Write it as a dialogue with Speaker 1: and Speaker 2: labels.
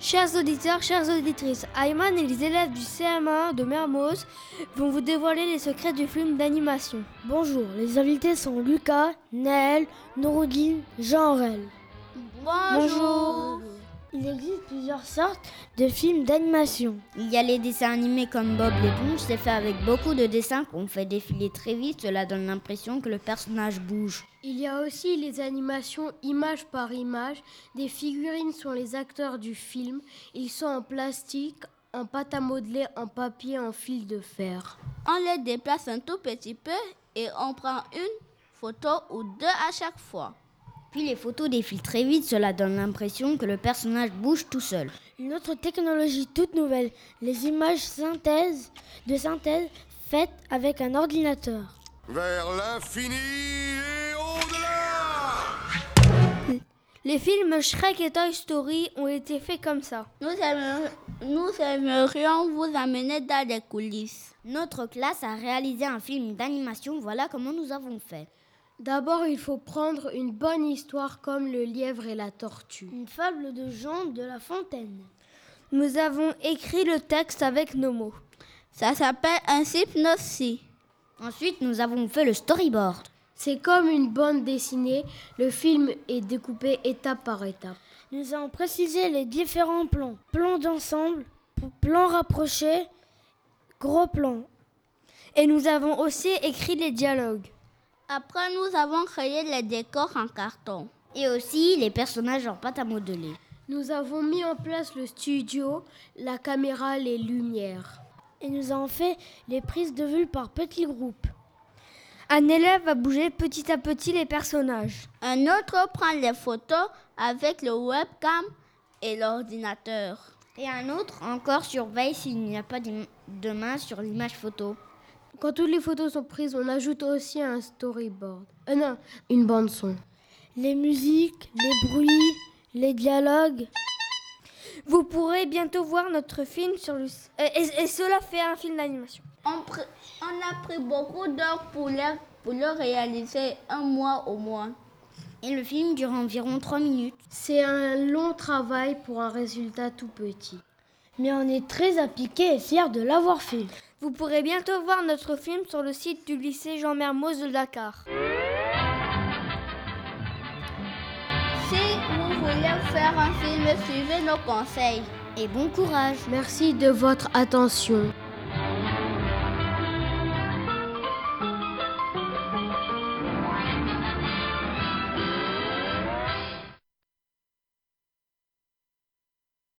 Speaker 1: Chers auditeurs, chères auditrices, Ayman et les élèves du CM1 de Mermoz vont vous dévoiler les secrets du film d'animation.
Speaker 2: Bonjour, les invités sont Lucas, Naël, Nouroudine, Jean-Aurel.
Speaker 3: Bonjour.
Speaker 2: Il existe plusieurs sortes de films d'animation.
Speaker 4: Il y a les dessins animés comme Bob l'éponge, c'est fait avec beaucoup de dessins qu'on fait défiler très vite, cela donne l'impression que le personnage bouge.
Speaker 5: Il y a aussi les animations image par image. Des figurines sont les acteurs du film. Ils sont en plastique, en pâte à modeler, en papier, en fil de fer.
Speaker 3: On les déplace un tout petit peu et on prend une photo ou deux à chaque fois.
Speaker 4: Puis les photos défilent très vite, cela donne l'impression que le personnage bouge tout seul.
Speaker 2: Une autre technologie toute nouvelle, les images synthèse, de synthèse faites avec un ordinateur.
Speaker 6: Vers l'infini et au-delà
Speaker 1: Les films Shrek et Toy Story ont été faits comme ça.
Speaker 3: Nous, aimer- nous aimerions vous amener dans les coulisses.
Speaker 4: Notre classe a réalisé un film d'animation, voilà comment nous avons fait.
Speaker 5: D'abord, il faut prendre une bonne histoire comme Le lièvre et la tortue.
Speaker 2: Une fable de Jean de La Fontaine.
Speaker 1: Nous avons écrit le texte avec nos mots.
Speaker 3: Ça s'appelle un synopsis.
Speaker 4: Ensuite, nous avons fait le storyboard.
Speaker 5: C'est comme une bande dessinée, le film est découpé étape par étape.
Speaker 2: Nous avons précisé les différents plans. Plan d'ensemble, p- plan rapproché, gros plan.
Speaker 1: Et nous avons aussi écrit les dialogues.
Speaker 3: Après, nous avons créé les décors en carton.
Speaker 4: Et aussi les personnages en pâte à modeler.
Speaker 5: Nous avons mis en place le studio, la caméra, les lumières.
Speaker 2: Et nous avons fait les prises de vue par petits groupes.
Speaker 1: Un élève va bouger petit à petit les personnages.
Speaker 3: Un autre prend les photos avec le webcam et l'ordinateur.
Speaker 4: Et un autre encore surveille s'il n'y a pas d'im- de main sur l'image photo.
Speaker 5: Quand toutes les photos sont prises, on ajoute aussi un storyboard. Euh, non, une bande son.
Speaker 2: Les musiques, les bruits, les dialogues.
Speaker 1: Vous pourrez bientôt voir notre film sur le... Et, et- et cela fait un film d'animation.
Speaker 3: On, pr- on a pris beaucoup d'heures pour le, pour le réaliser, un mois au moins.
Speaker 4: Et le film dure environ 3 minutes.
Speaker 5: C'est un long travail pour un résultat tout petit.
Speaker 2: Mais on est très appliqués et fiers de l'avoir fait.
Speaker 1: Vous pourrez bientôt voir notre film sur le site du lycée Jean Mermoz de Dakar.
Speaker 3: Si vous voulez faire un film, suivez nos conseils.
Speaker 4: Et bon courage
Speaker 5: Merci de votre attention.